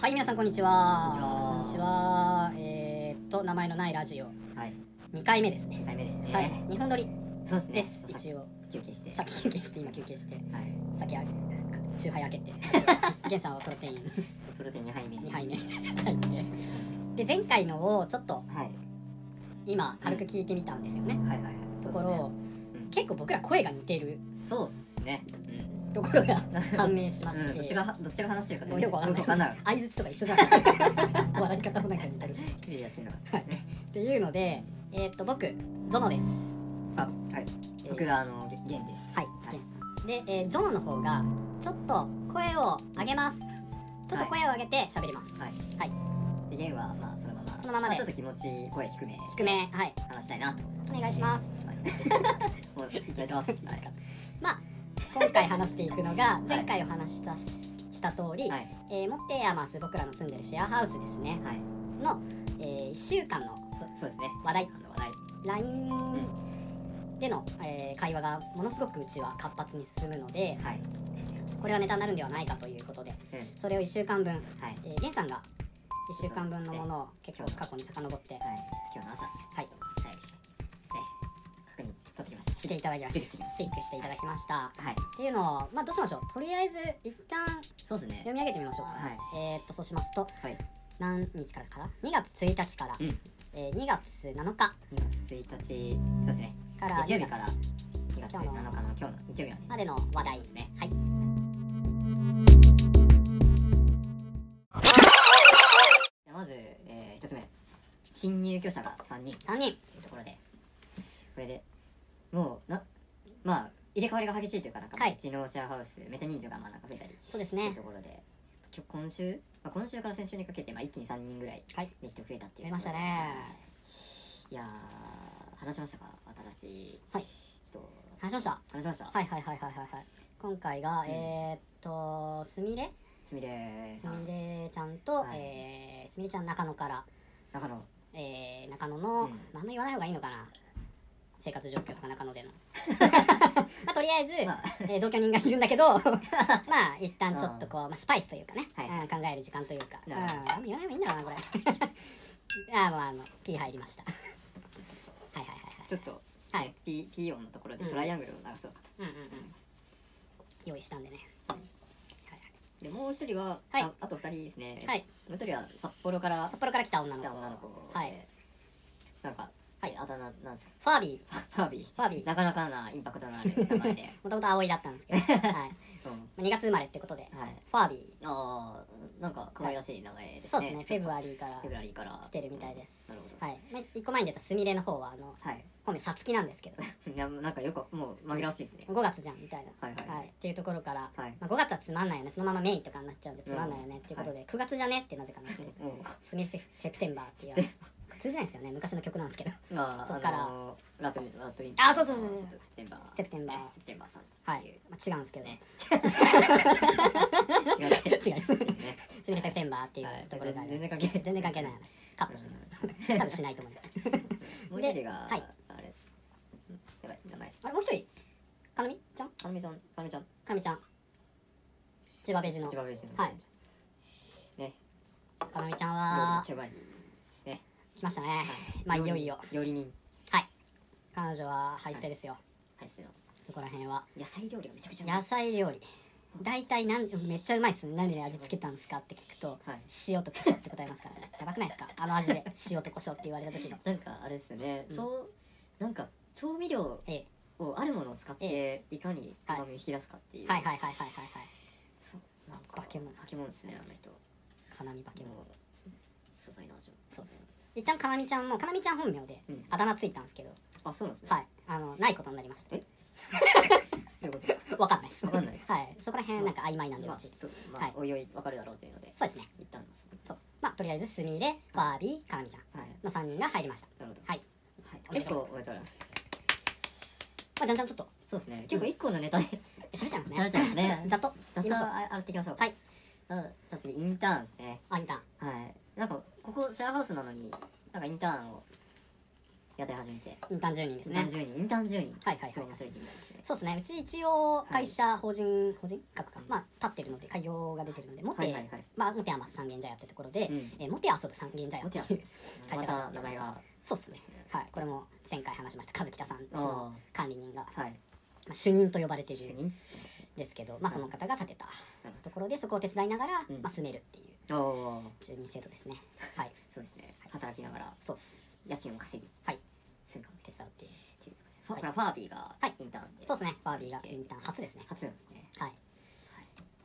はい、皆さんこんにちは。こんにちは。えーっと、名前のないラジオ、はい、 2回目です2ね。回目ですね。はい、2本撮りそうですね。です、そう一応。休憩して。さっき休憩して、今休憩して、はい。酒あ酎ハイ開 けて、ゲンさんはプロテインプロテイン2杯目。 2杯目。入って。で、前回のをちょっとはい。今、軽く聞いてみたんですよね。はいはいはい。ところ、結構僕ら声が似てるそうですね。ところが 判明しそうまっすしねうん。どっちて、がどっちが話してるかもうよくわかんないわかんない。相づちとか一緒じゃん。笑い方もなんか似てる。っ綺麗にやってんのか。ていうので、えーっと、僕、ゾノです。あ、はい。えー僕があのゲゲンです。はい、ゲンさんで、えー、ゾノの方がちょっと声を上げますちょっと声を上げて喋ります、はい。はいでゲンはまあそのまま。そのままであちょっと気持ち声低め低めはい話したいなと。お願いし ますはい。もうお願いします。はい。今回話していくのが前回お話ししたしした通り、はいえー、モッテヤマス僕らの住んでるシェアハウスですねはい。の、えー、1週間のそそうですね。話題あの話題。 LINE での、えー会話がものすごくうちは活発に進むのではい。これはネタになるんではないかということでうん。それを1週間分、はい。えー、ゲンさんが1週間分のものを結構過去に遡ってはい。ちょっと今日の朝、はい早くして、ね、確認取ってきました。していただきましたチェックしてきましチェックしていただきましたた。はい。っていうのをまあどうしましょうとりあえず一旦そうです読ね。み上げてみましょうか、はいえー、っとそうしますとはい。何日からかな2月1日から、うんえー、2月7日か2月1日、そうですね。ら月曜日2から2月7日の今日の日曜日まで。までの話題ですね。はいじゃあまず、えー、1つ目。新入居者が3人と3人いうところで、これで、もう、な、まあ、入れ替わりが激しいというか、なんか、はいうちのシェアハウス、めっちゃ人数がまあなんか増えたりそうですというねところで、きょ今週、まあ、今週から先週にかけて、まあ、一気に3人ぐらい、はいで人増えたっていう増えましたねいやー話しましたか新しいはい人話しました話しましたはいはいはいはいはいはい今回が、うんえー、っとすみれすみれすさんみれちゃんと、はいえーすみれちゃん中野から、中野えー、中野の、うんまああんま言わない方がいいのかな生活状況とか中野 でのまあとりあえず、まあ えー同居人がいるんだけどまあ一旦ちょっとこう、まあ、スパイスというかね、はいうん考える時間というか、うん、なあるほんま言わない方がいいんだ ろうなこれああもうあのピー入りましたはいはいちょっとはいはいはい、 P, P 音のところでうんトライアングルを流そうかとうんうんうん、思います、用意したんでねでもう一人は、はいああと二人ですねはいもう一人は札幌から札幌から来た女の子来た女の子ではいなんかはいあだ名なんですかファービファービーファービーーなかなかなインパクトのある名 前でもともと葵だったんです けど、はい、うん2月生まれってことではいファービああなんか可愛らしい名前でーすねそうですねフェブラリーからフェブラリーから来てるみたいですなるほどはい、まあ、1個前に出たすみれの方はあのはい本名さつきなんですけどいやなんかよくもう紛らわしいですね5月じゃんみたいなはいはいはい、っていうところから、はいまあ、5月はつまんないよねそのままメインとかになっちゃうんでつまんないよね、っていうことで、9月じゃねってなぜかなってうんスミス・セプテンバーっていう普通じゃないですよね昔の曲なんですけどまあ、そっからあのラトリラトリあそうそうそうそうセプテンバーセプテンバーねセプテンバーさんはい、まあ、違うんですけど、ね違うスミ違うねねス・セプテンバーっていうはいところがあり全然ま関係ないす全然関係ない話カットしてます多分しないと思いますもう一人が、はいあれうんやばい名前あれもう一人かなみちゃんかかのみさんかのみちゃんなみちゃん千葉ベジの一か番上のはいねなみちゃんあはチョバリーですね来ましたねまあいよいよ料理人彼女はハイスペですよ、はいスペのそこら辺は野菜料理がめちゃくちゃうまい野菜料理大体なんめっちゃうまいっすね何で味付けたんですかって聞くと、はい塩と胡椒って答えますからねやばくないですかあの味で塩と胡椒って言われた時のなんかあれですよね、うん調なんか調味料ええをあるものを使っていかにはい旨味を引き出すかっていう、はいはいはいはいはいはいそうなんか化け物化け物ですねあの人かなみ化け物もう素材の味をそうっす一旦かなみちゃんもかなみちゃん本名でうんあだ名ついたんですけど、あそうなんですねはいあのないことになりましたえどういうことですかわかんないですわかんないですはいそこら辺なんか曖昧なんでうまあちちょっとまはあいおいおいわかるだろうというのでそうですね一旦ですそうまあとりあえずすみれファービーかなみちゃんはいの3人が入りましたなるほどはい、はい、おめで結とう構ご覚えておりますまあじゃんじゃんちょっとそうですね結構一個のネタでえ喋っちゃいますね喋っちゃいますねざっとざ言いっとましょうあ洗っていきましょうはいあじゃあ次インターンですねあインターンはいなんかここシェアハウスなのになんかインターンを屋台始めて、インターン10人ですインターンね10人インターン10人はいはいそはうい面白い気分ですねそうですねうち一応会社法人法人各かまあ立ってるので開業が出てるのでモはいテはいはいまあモテ余す三軒茶屋ってところでうんえーモテ遊ぶ三軒茶屋モってテアいスうです会社まただ名前がそうですねはいこれも前回話しました和北さんうちのあ管理人があはいまあ主任と呼ばれて主る任ですけど、まあ、その方が建てたなるところでそこを手伝いながら、うんまあ、住めるっていうおお住人制度ですねはいそうですね働きながらそうっす家賃を稼ぎはい住むかも手伝うっていうっていうファだからファービーがインターンでそうですねバービーがえインターン初ですね初なんですねはい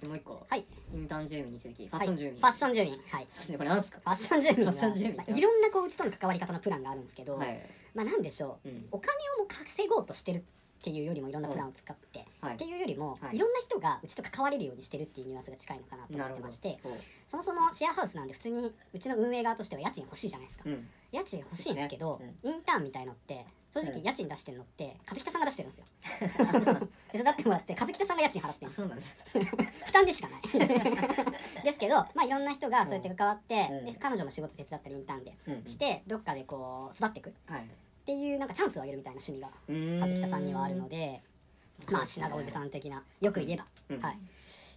でもう一個はいインターン住民に続きファッはいション住民ファッション住民はいそうですねこれなんですかファッション住民ファッション住民がまあいろんなこううちとの関わり方のプランがあるんですけど、はいまあなんでしょう、うんお金をもう稼ごうとしてるっていうよりもいろんなプランを使って、はいっていうよりも、はいい、ろんな人がうちと関われるようにしてるっていうニュアンスが近いのかなと思なってるほどましておうそもそもシェアハウスなんで普通にうちの運営側としては家賃欲しいじゃないですか、うん家賃欲しいんですけど、ねインターンみたいのって正う直ん家賃出してるのって和北さんが出してるんです よ手伝ってもらって和北さんが家賃払ってるんですそうなんです負担でしかない ですけどまあいろんな人がそうやって関わって、うんで彼女も仕事手伝ったりインターンでうんしてどっかでこう育っていくっはいていうなんかチャンスをあげるみたいな趣味がうーん和北さんにはあるのでまあ品川おじさんん的なよく言えば、うんはいっ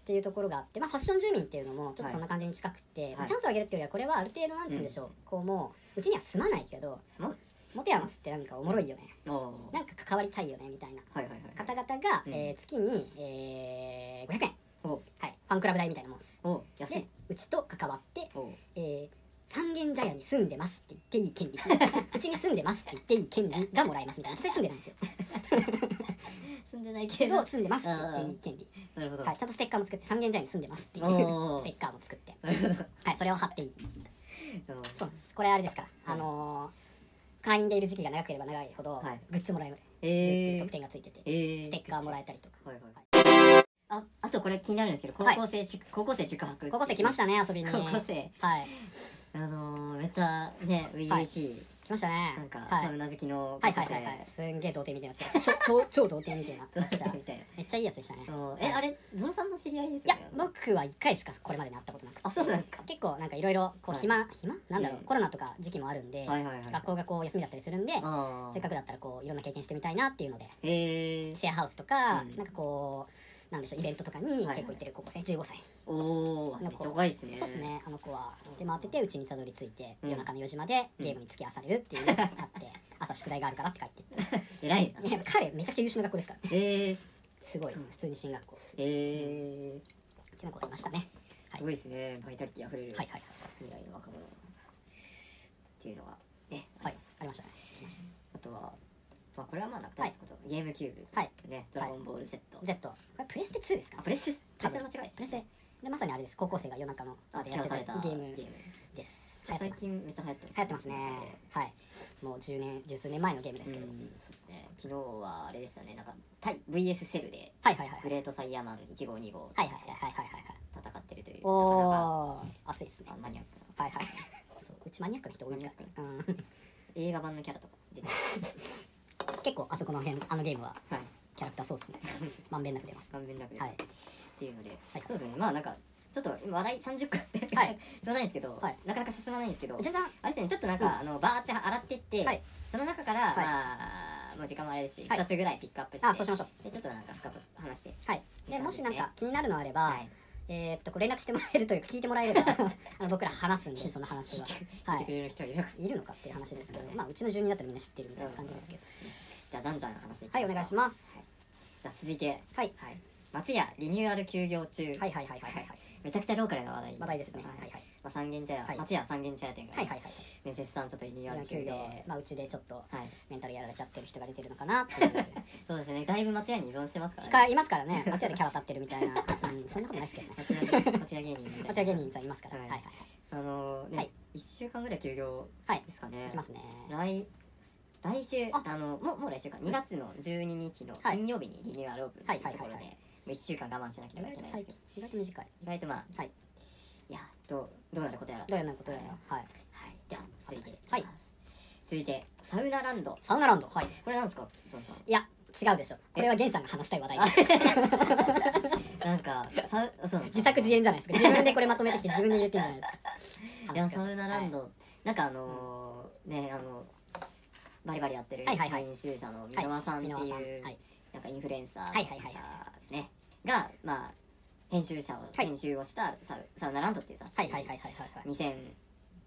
ていうところがあって、まあ、ファッション住民っていうのもちょっとそんな感じに近くて、まあチャンスをあげるっていうよりはこれはある程度なんつうんでしょう、こうもううちには住まないけどすまんモテ余すってなんかおもろいよねおおなんか関わりたいよねみたいなはいはいはい方々が、うんえー月に、えー500円、おはい、ファンクラブ代みたいなもんですおう安でいうちと関わって、おうえー三軒茶屋に住んでますって言っていい権利うちに住んでますって言っていい権利がもらえますみたいな実際住んでないんですよ住んでないけけどど住んでますって言っていい権利、なるほどはい、ちゃんとステッカーも作って三軒茶屋に住んでますっていうおーステッカーも作って、なるほどはい、それを貼っていいおうそうなんですこれあれですから、はいあのー会員でいる時期が長ければ長いほど、はいグッズもらえるっていうえー特典がついてて、えーステッカーもらえたりとかはいはいああとこれ気になるんですけど高はい校生宿高校生宿泊高校生来ましたね遊びに高校生はいあのー、めっちゃね初々しい、来ましたねなんか、はいサウナ好きのはい高は校い生はいはいすんげえ童貞みたいなやつちょ超超童貞みたいなそう だみたいなめっちゃいいやつでしたねそうえあれゾノさんの知り合いですいやよね僕は1回しかこれまでに会ったことなくてあそうなんですか結構なんかいろいろこうはい暇、暇なんだろう、うんコロナとか時期もあるんで、はいはいはい学校がこう休みだったりするんであせっかくだったらこういろんな経験してみたいなっていうのでくへえー、シェアハウスとか、うんなんかこうなんでしょうイベントとかにはい結構行ってる高校生15歳おおめっのちゃ子怖いですねそうっすねあの子はで回っててうちにたどり着いて、うん夜中の4時までゲームに付き合わされるっていうのがあ って朝宿題があるからって帰ってって偉いないや彼めちゃくちゃ優秀な学校ですからえー、すごいそう普通に進学校ですえっていうのがありましたねー、すごいですねバイタリティ溢れるはいはい未来の若者っていうのがねあはりいますありましたね来ましあとは、まあ、これはまあなくはたいこと、ゲームキューブ、はいね、ドラゴンボール Z、た Z これプレステ2ですかあプレスプ多レス分テの違いプレステでまさにあれです高校生が夜中のあで違やっうてたさゲれたーゲームムです流行って最ます近めっちゃ流行ってます流行ってますねはいもう10年十数年前のゲームでうすんけどそうですね昨日はあれでしたねなんかタイ VS セルではいはいはいグレートサイヤマン1号2号はいはいはいはいはいはいはい戦ってるというおなかなかお熱いっすねあマニアックなはいはいそううちマニアックな人多いから、うん、映画版のキャラとか出て結構あそこの辺あのゲームははいキャラクターそうっすねまんべんなく出ます満遍なく出てはいっていうので、はいそうですねまあなんかちょっと今話題30分で、 はい、進まないんですけど、はいなかなか進まないんですけどじゃじゃんあれですね、ちょっとなんか、うんあのバーって洗ってって、はいその中から、いまあ、もう時間もあれですし、はい2つぐらいピックアップして、あそうしましょうでちょっとなんか深く話して、はいでもしなんか気になるのあれば、はい、えーっとこう連絡してもらえるというか聞いてもらえれ ばあの僕ら話すんでその話はは聞いてくいれる人いるかいるのかっていう話ですけどまあうちの住人だったらみんな知ってるみたいな感じですけどじゃあ、じゃんじゃん話していきはますいお願いしますじゃあ、続いて、はいはい、松屋リニューアル休業中、はいはいはいはいはいはいめちゃくちゃローカルな話題話題ですねははいいはいはまあ、三軒茶屋、はい松屋三軒茶屋店が、いはいはいね絶賛ちょっとリニューア今ル中給で、料はい、まあうちでちょっとメンタルやられちゃってる人が出てるのかなっていうそうですね、だいぶ松屋に依存してますからね。かいますからね松屋でキャラ立ってるみたいな、うん、そんなことないですけどね松屋松屋芸人みたい な松屋芸人さんいますから、ははいい、はいはいあのね、はい1週間ぐらい休業はいですかねいきますね来来週ああのもうもう来週か2月の12日のはい金曜日にリニューアルオープンとはいいうはいところで、はいはもう1週間我慢しなけ意ればい外けとないで最す近意けど外と短い意外とまあ、はい、いやどうどうなることやらどうやらないことやらはいはいじゃあ続いていきます、はい続いてサウナランドサウナランドはいこれなんですかどうですかいや違うでしょこれはゲンさんが話したい話題ですなんかサウそう自作自演じゃないですか自分でこれまとめてきて自分で入れてんじゃないですかいや話してくサださウナランはいド、なんかあのーねあのバリバリやってるはいはいはい編集者の箕輪さんって箕輪さんいうはいなんかインフルエンサーはいはいはいですねがまあ編集者をい編集をしたサウサウナランドっていう雑誌はいはいはいはいはいはい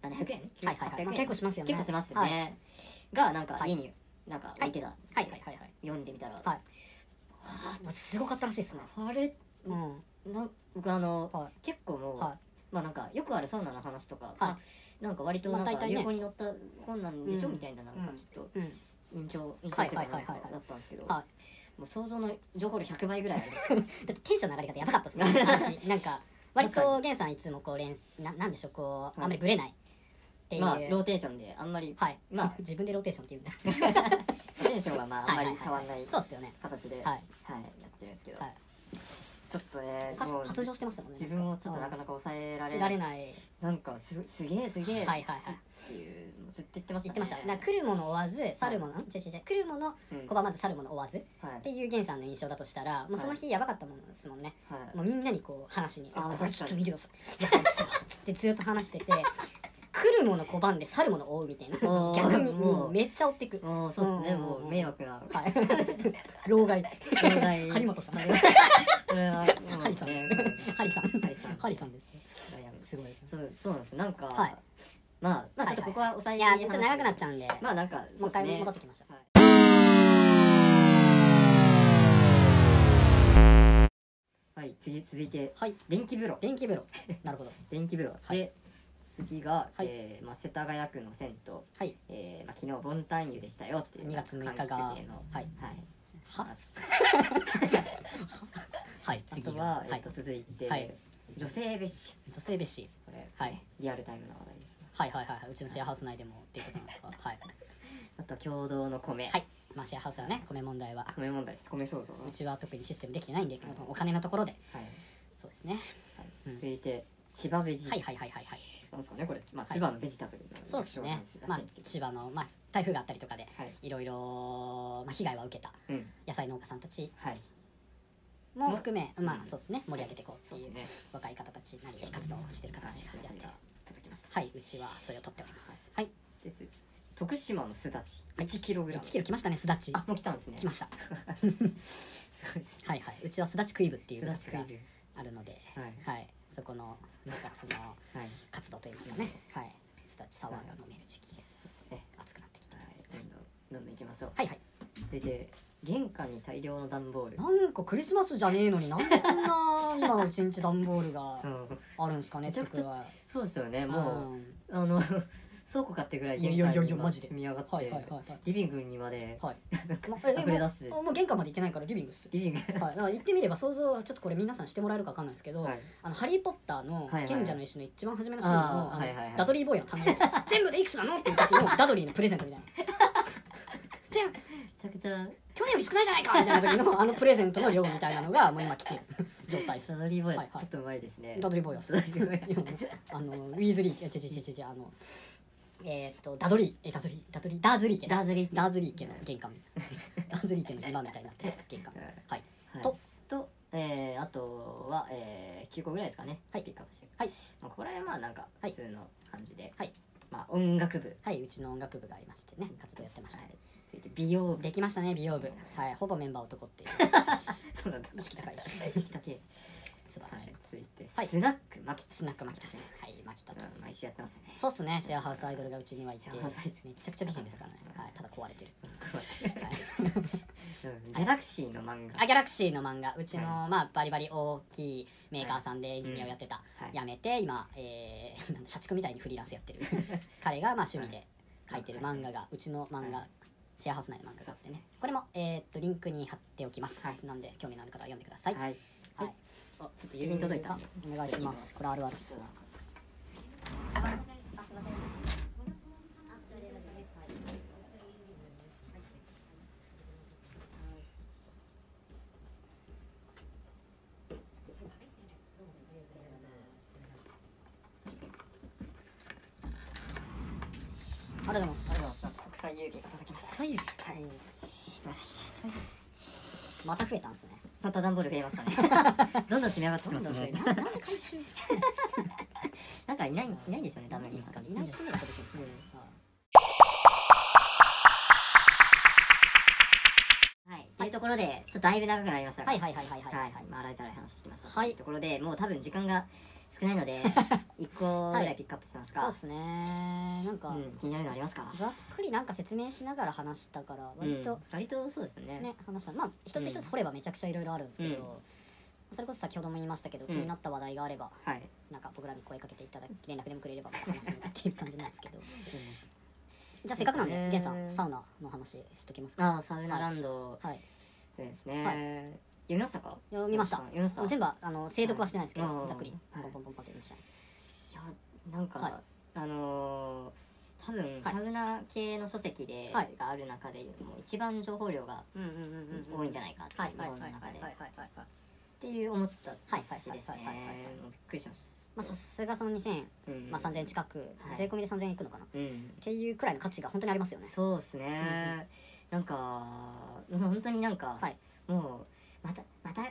2700円はいはいはい、まあ、 800結円構しますよね結構しますよはいねがなんかはい家になんか置いてたはいはいはいはい読んでみたらはいもうすごかったらしいですねあれうんなん僕あのは結構もうはまあなんかよくあるサウナの話とかはあなんか割となんまあ大か体ね流行に乗った本なんでしょうんみたいななんかちょっとい、うん、印象印象っていうかはいなはんいかはいはいだったんですけどはもう想像の情報量100倍ぐらいありましただってテンションの上がり方やばかったですもん私なんか割確かとゲンさんいつもこう連ななんでしょうこうあはいんまりブレないっていう、 まあローテーションであんまりはいまあ自分でローテーションって言うんだテンションはまああんはまりいはい変わんないそうっすよね形ではいはやいってるんですけどはいちょっとね昔もう発情してましたもんね自分をちょっとなかかなか抑えら切れならいれないなんかすすげえすげえはいはいはいっていうのずっと言ってまし言ったねてました、だから来るもの追わず去るもの、ん違う違う違う来るものうん拒まず去るもの追わずっはいていうゲンさんの印象だとしたらもうその日やばかったもんですもんね、はいもうみんなにこう話に「あーこれ確ちかょにっと見てください」やばいっすわっつってずっと話してて来るもの拒んで去るもの追うみたいなおー逆にももううめっちゃ追ってくもうそうですねうんもう迷 惑なはい。老害。問題張本さん。こハれはもうリねさん。ハリさん。ハリさんハリさんです。いやすごいですね。そうそうなんですなんかはいまあまあちょっとここは抑えいにや、ちょっと長くなっちゃうんで、まあなんかもう一回戻っててきましょう。はい次続いてはい。電気風呂電気風呂。なるほど。電気風呂はいで次がはいえーまあ世田谷区の銭湯はい。えーまあ昨日ボンタン湯でしたよっていう2月6日が関係のはい。はいは話はい。あ次とはは、はえっいと。続いて、はい女性蔑視女性蔑視。これ、はいリアルタイムな話題ですねはいはいはいはい。うちのシェアハウス内でもっていうことなんですか。はい。あと共同の米、はいまあシェアハウスはね、米問題は。米問題です米騒動うちは特にシステムできてないんで、お金のところで。はい、そうですね。はいうん続いて千葉ベジ、はいはいはいはいはい。なんですかねこれ、まあ、はい千葉のベジタブルのそうですね商。品まらあしいんです千葉の、まあ台風があったりとかでけど、はい、いろいろ、まあ、被害は受けたうん野菜農家さんたちはいも含め、まうんあそうですね盛り上げていこうってそういでうすね若い方たちなり活動をしてる方たちがやってるはい届きましたはい、うちはそれを取っております。はい、で次徳島のすだちはい1キログラム1キロ来ましたね、すだち。あもう来たんですね来ました。すごいですねはいはい、うちはすだちクイブっていうす部だ活ちががいるあるので、はいはい、そこの部活のはい、はい活動といいますかね、はい、すだちサワーが飲める時期です。ね暑くなってきた。どんどんどんどん行きましょうはいはい、続いて玄関に大量の段ボールなんかクリスマスじゃねえのになんでこんな今うちんち段ボールがうんあるんですかねめっちてゃくくちゃらそうですよねい。もんうあの倉庫買ってぐらい玄いや関いやいにや今マジで積み上がって、はいはいはいはい。リビングにまではい。まえ 溢れ出してもうもう玄関まで行けないからリビングっ す。リビングはい。だから行ってみれば想像はちょっとこれ皆さんしてもらえるかわかんないですけど、はいあのハリーポッターのいはいはい賢者の石の一番初めのシーンのあーあのはいはいはいダドリーボーイの感じ。全部でいくつなのっていう時のダドリーのプレゼントみたいな。全部めちゃくちゃ去年より少ないじゃないかみたいな時のあのプレゼントの量みたいなのがもう今来 てる状態ですサ。ドリーボーイはいはいちょっとうまいですね、ダドリーボーイはすサドリーボーイいやもうあのウィーズリーいや違う違う違う違うあのえーっとダドリーえダドリーダドリーダーズリー家ダーズリー家ダーズリー家の玄関ダーズリー家の今みたいになってます玄関はい はいはいととえー、あとは、えー、9個ぐらいですかねはいピックアップしてはいまあ、ここら辺はなんかは普い通の感じで、はいまあ音楽部はいうちの音楽部がありましてね活動やってました、はい続いて美容部できましたね美容部はいほぼメンバー男っていうそうなんだ意識高い意識高い 素晴はらいしい、続いて、はいスナックマキスナックマキタさんはいマキタとうん毎週やってますねそうっすねシェアハウスアイドルがうちにはいてシェアハウスアイドめちゃくちゃ美人ですからねはいただ壊れてるはい うんギャラクシーの漫画あギャラクシーの漫画うちの、はまあ、バリバリ大きいメーカーさんでエンジニアをやってた、はいやめて今、えー、 なんだ社畜みたいにフリーランスやって る彼がまあ趣味で書いてる漫画がうちの漫画、はシェアハウス内の漫画があってそうですねねこれも、えーっとリンクに貼っておきます、はいなんで興味のある方は読んでください、はいはいあちょっと郵便届いたんであお願いしますこれあるあるですありがとうございます国際郵便が届きました左右はいまた増えたんですねまた段ボール増え ましたねどんどん積み上がってきなまんだこれすねななんで回収してるなんかいないいないでしょうねダメですかいない人が出てくるんですねっていうところで、ちょっとだいぶ長くなりましたがはいはいはいはいはいはいはいまあ、洗いざらい話してきました。はいところで、もう多分時間が少ないので、一個ぐらいピックアップしますか。そうですねなんか、うん、気になるのありますかざっくりなんか説明しながら話したから割うとん、割とそうですよね。ね、話したまあ一つ一つ掘ればめちゃくちゃいろいろあるんですけど、うんそれこそ先ほども言いましたけど、うん気になった話題があればはい。なんか僕らに声かけていただき連絡でもくれれば話すんだっていう感じなんですけどじゃあせっかくなんで、えーゲンさんサウナの話しときますかああ、サウナランド、はいそうですね。は読みましたか読みました読みました。全部はあの精読はしてないんですけど、はいざっくりはいポンポンポンポンと読みました、いやなんか、はいあのー多分はいサウナ系の書籍で、はいがある中でもう一番情報量がうんうんうん多いんじゃないかって、はい日はいは本いのはい中で、はいっはいはいていう思った話はいですねはいはいはいはいはいもうびっくりしましまあさすがその2000円、た、うんまあ、3000円近く、はい税込みで3000円いくのかなっうんていうくらいの価値が本当にありますよねそうですね、なんかもう本当になんか、はいもうまたまた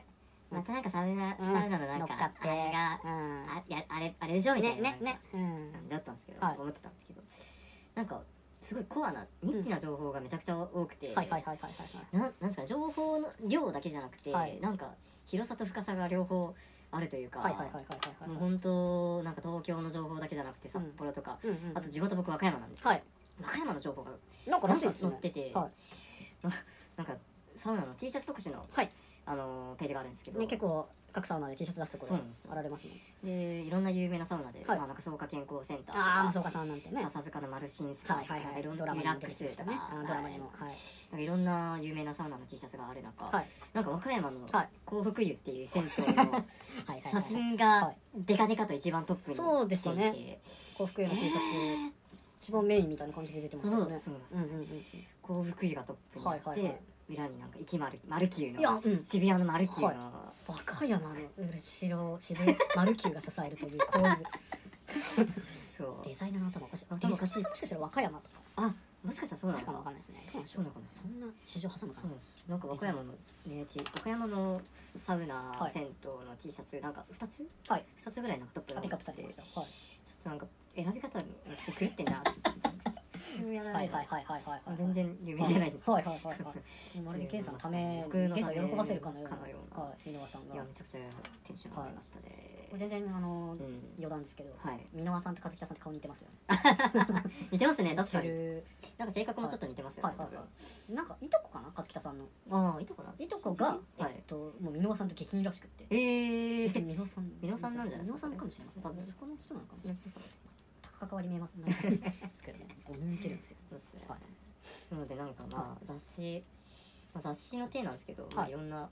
またなんかサウナ、うんサウナのなん乗かっかってあれがうんあやあれあれでしょみたいねなねなんねかうんだったんですけど、はい思ってたんですけどなんかすごいコアなニッチな情報がめちゃくちゃ多くて、はいはいはいはいはいななんですかね情報の量だけじゃなくて、はいなんか広さと深さが両方あるというか、はいはいはいはいはいはいもはうい本当なんか東京の情報だけじゃなくて札幌とか、うんうんあと地元僕和歌山なんですけど、はい和歌山の情報がなんからしいです載よっねてて、はななんかサウナの T シャツ特集の、はいあのーページがあるんですけど、ね結構各サウナで T シャツ出すとこそうろなんですよあられますねでいろんな有名なサウナで、はいまあ、なんか草加健康センターとああか松岡さんなんてね笹塚のマルシンスパはといか、はいはいろいんドなラリマラにもッ出クてスきましたねとかあードラマにもはいなんかいろんな有名なサウナの T シャツがある中、はいなんか和歌山のはい幸福湯っていう銭湯のはいはい写はい真はがいデカデカと一番トップにそうで来してたいねて幸福用の T シャツえ一番メインみたいな感じで出てーましそうたそようねなんですうんうんうん幸福湯がトップになって、はいはいはい裏になんか109丸九いやのうん渋谷の丸九の、はい和歌山の後ろ渋谷マルキューが支えるという構図そうデザイナーの頭おかしい頭おかしいデザイナーさんもしかしたら和歌山とかあもしかしたらそうな誰のかもかわかなんないですねどうなんでしょそううなのかなそんな市場挟むかそうななんですなんか和歌山のね、T- 和歌山のサウナはい銭湯の T シャツ、なんか2つはい2つぐらいなんかトップがピックアップちょさっれてましたはいとなんか選び方がちょっと狂ってんなって普通やらなはいいなはいはいはいはいはい全然有名じゃないんですはいはいはいはいまるでケンさんのため僕のケためンさんを喜ばせるかのよかのよううななはい箕輪さんいやがめちゃくちゃテンション上がりましたね、全然あのうん余談ですけどはい箕輪さんと和北さんって顔似てますよね似てますね確か似にてるなんか性格もちょっと似てますよはねい、はいはいなんかいとこかな和北さんの多分ああいとこなんいとこがえっはいともう箕輪さんと激似らしくってええー、箕輪さん箕輪さんなんじゃない箕で輪すさかんかもしれません多分そこの人なのかもし れない全く関わり見えますない ですけどね5人似てるんですよそうですねはいなのでなんかまあ雑誌、まあ、雑誌の体なんですけど、まはあ、いいろんな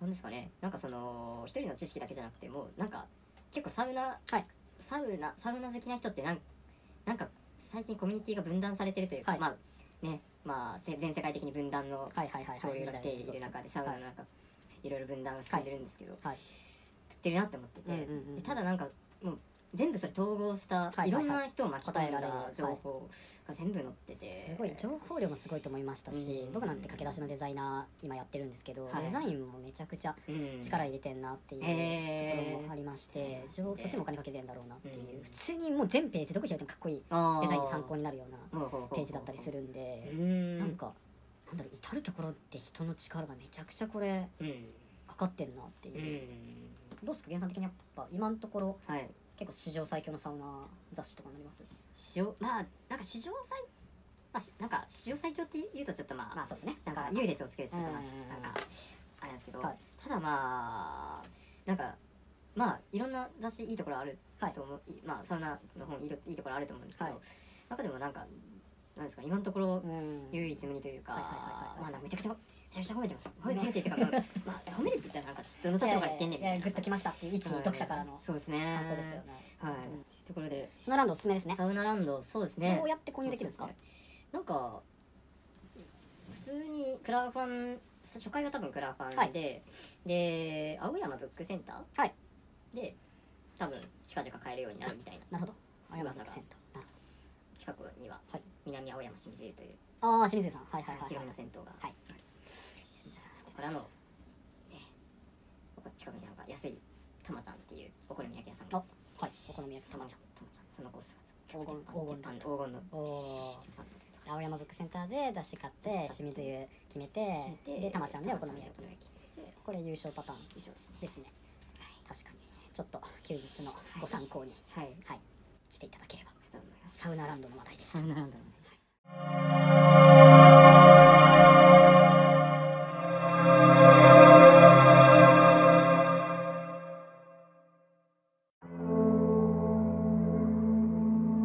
なんですかねなんかその一人の知識だけじゃなくてもうなんか結構サウナ、はいサウナサウナ好きな人ってなんなんか最近コミュニティが分断されてるというか、はいまあねまあせ全世界的に分断のはいはいはい潮はい流が来ている中でサウナの中、い、ろいろ分断が進んでるんですけど、はい知ってるなって思ってて、うんうんうんでただなんかもう全部それ統合したはいはいはいいろんな人を巻き込ん答えられだる情報が全部載ってて、すごい情報量もすごいと思いましたし、うん僕なんて駆け出しのデザイナー今やってるんですけど、はいデザインもめちゃくちゃうん力入れてんなっていうところもありまして、へー情そっちもお金かけてんだろうなっていう、うん普通にもう全ページどこ開いてもかっこいいあーデザインに参考になるようなほうほうほうほうページだったりするんでう、んなんかなんだろう至る所で人の力がめちゃくちゃこれうんかかってんなっていうう、んどうですか原さん的にやっぱ今のところはい結構史上最強のサウナ雑誌とかになります史上まあなんか史上最まあしなんか史上最強って言うとちょっとまあ、まあそうですねなんかはい優劣をつけるとちょっとまあうんうんうんなんかあれなんですけど、はいただまあなんかまあいろんな雑誌いいところあると思う、いまあサウナの本いいといいところあると思うんですけど、はい中でもなんかなんですか今のところうん唯一無二というか、はいはいはいはいまあなんかめちゃくちゃめちゃくちゃ褒めてます褒め褒めてっていうか、まあま あ、褒めるって言ったらなんかちょっとどの立場から言ってんねんいみやいたいやなグッときましたっていう一読者からのそうですね感想ですよね。はい、うんところでスノーランドおすすめですね。サウナランドそうですねどうやって購入できるんですかそう。ねなんか普通にクラファン初回は多分クラファンで、はいで青山ブックセンター、はいで多分近々買えるようになるみたいななるほど。青山噂ブックがセンター。なる近くには、はい南青山清水湯というほど。ああ清水さん。はいはいはい広はめい。の銭湯が、はい清水さんそこからの、ね、近くになんか安いたまちゃんっていうお好み焼き屋さんがあはい。お好み焼きたまちゃん。たまちゃんそのコースが黄金鉄板黄金鉄板黄金のおお。パンとか青山ブックセンターで雑誌買って雑誌清買って水湯決めてででたまちゃんでお好み焼たまちゃんでお好みき焼きでこれ優勝パターン以上ですねですね確かにちょっと休日のご参考にはいしていただければそう思いますサウナランドの話題でしサたウナランドめちゃくちいやー前そうです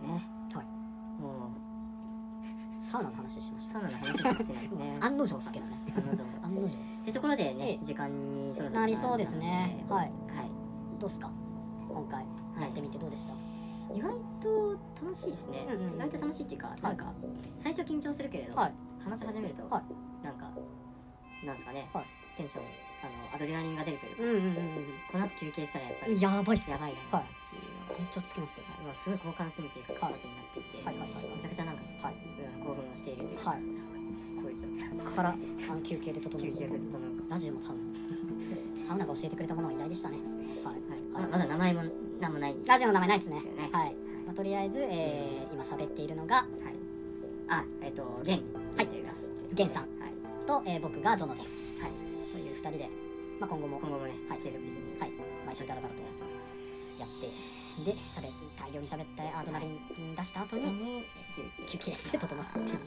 ねはいもゃサウナの話しまうしサウナの話しかしてないですね た案の定っすけどね案の定っ案の定てところでねええ時間にそろそろなりそうですねははいいはいどうっすか今回やってみてどうでした意外と楽しいですね、うんうん意外と楽しいっていうか、なんか最初緊張するけれど、はい話し始めると、はなんかなんですかね、はいテンションあのアドレナリンが出るというか、うんうんこの後休憩したらやっぱうんりやばいっすやよばいなっていうのが、めっちゃつきますよもうすごい交感神経が活発になっていて、はいはいはいはいめちゃくちゃなんかちょっと、はいうん興奮をしているというはいそういう状況からあの休憩で整え休て憩で整うラジオもサウナ サウナが教えてくれたものは偉大でしたねはいはいままだ名前も何もないラジオの名前ないっすねですよはい、まあ、とりあえず、えー、今喋っているのがはいあえっ、とゲンはいと言いますゲンさんはいと、えー、僕がゾノです、はいという2人で、まあ、今後も今後もね、はい継続的にはい、毎週ダラダラとやって、で、喋大量に喋って、アドレナリン出した後本当に、に休休憩憩して整うっていう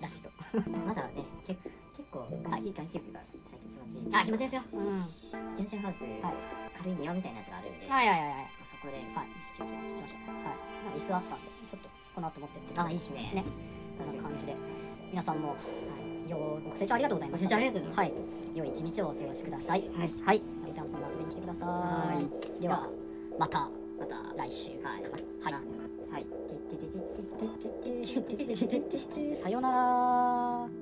ラジまだね、け結構、大きい大休憩が最近気持ちいい。オ。あ、気持ちいいですよ。うん。ジムシェアハウス、軽い庭みたいなやつがあるんで、はいはいはいはい。そこで、はい休憩しましょうはい、なんか椅子あったんで、ちょっとこの後持ってって。あいいっすねね。こんな感じで、皆さんも、よう、ご清聴ありがとうございました。ご清聴ありがとうございまはい。良い一日をお過ごしください。か。はい。はい。また遊びに来てくださ。はいでは、またまた、は来週。い。はいはい。てってててててててててててててててさようなら。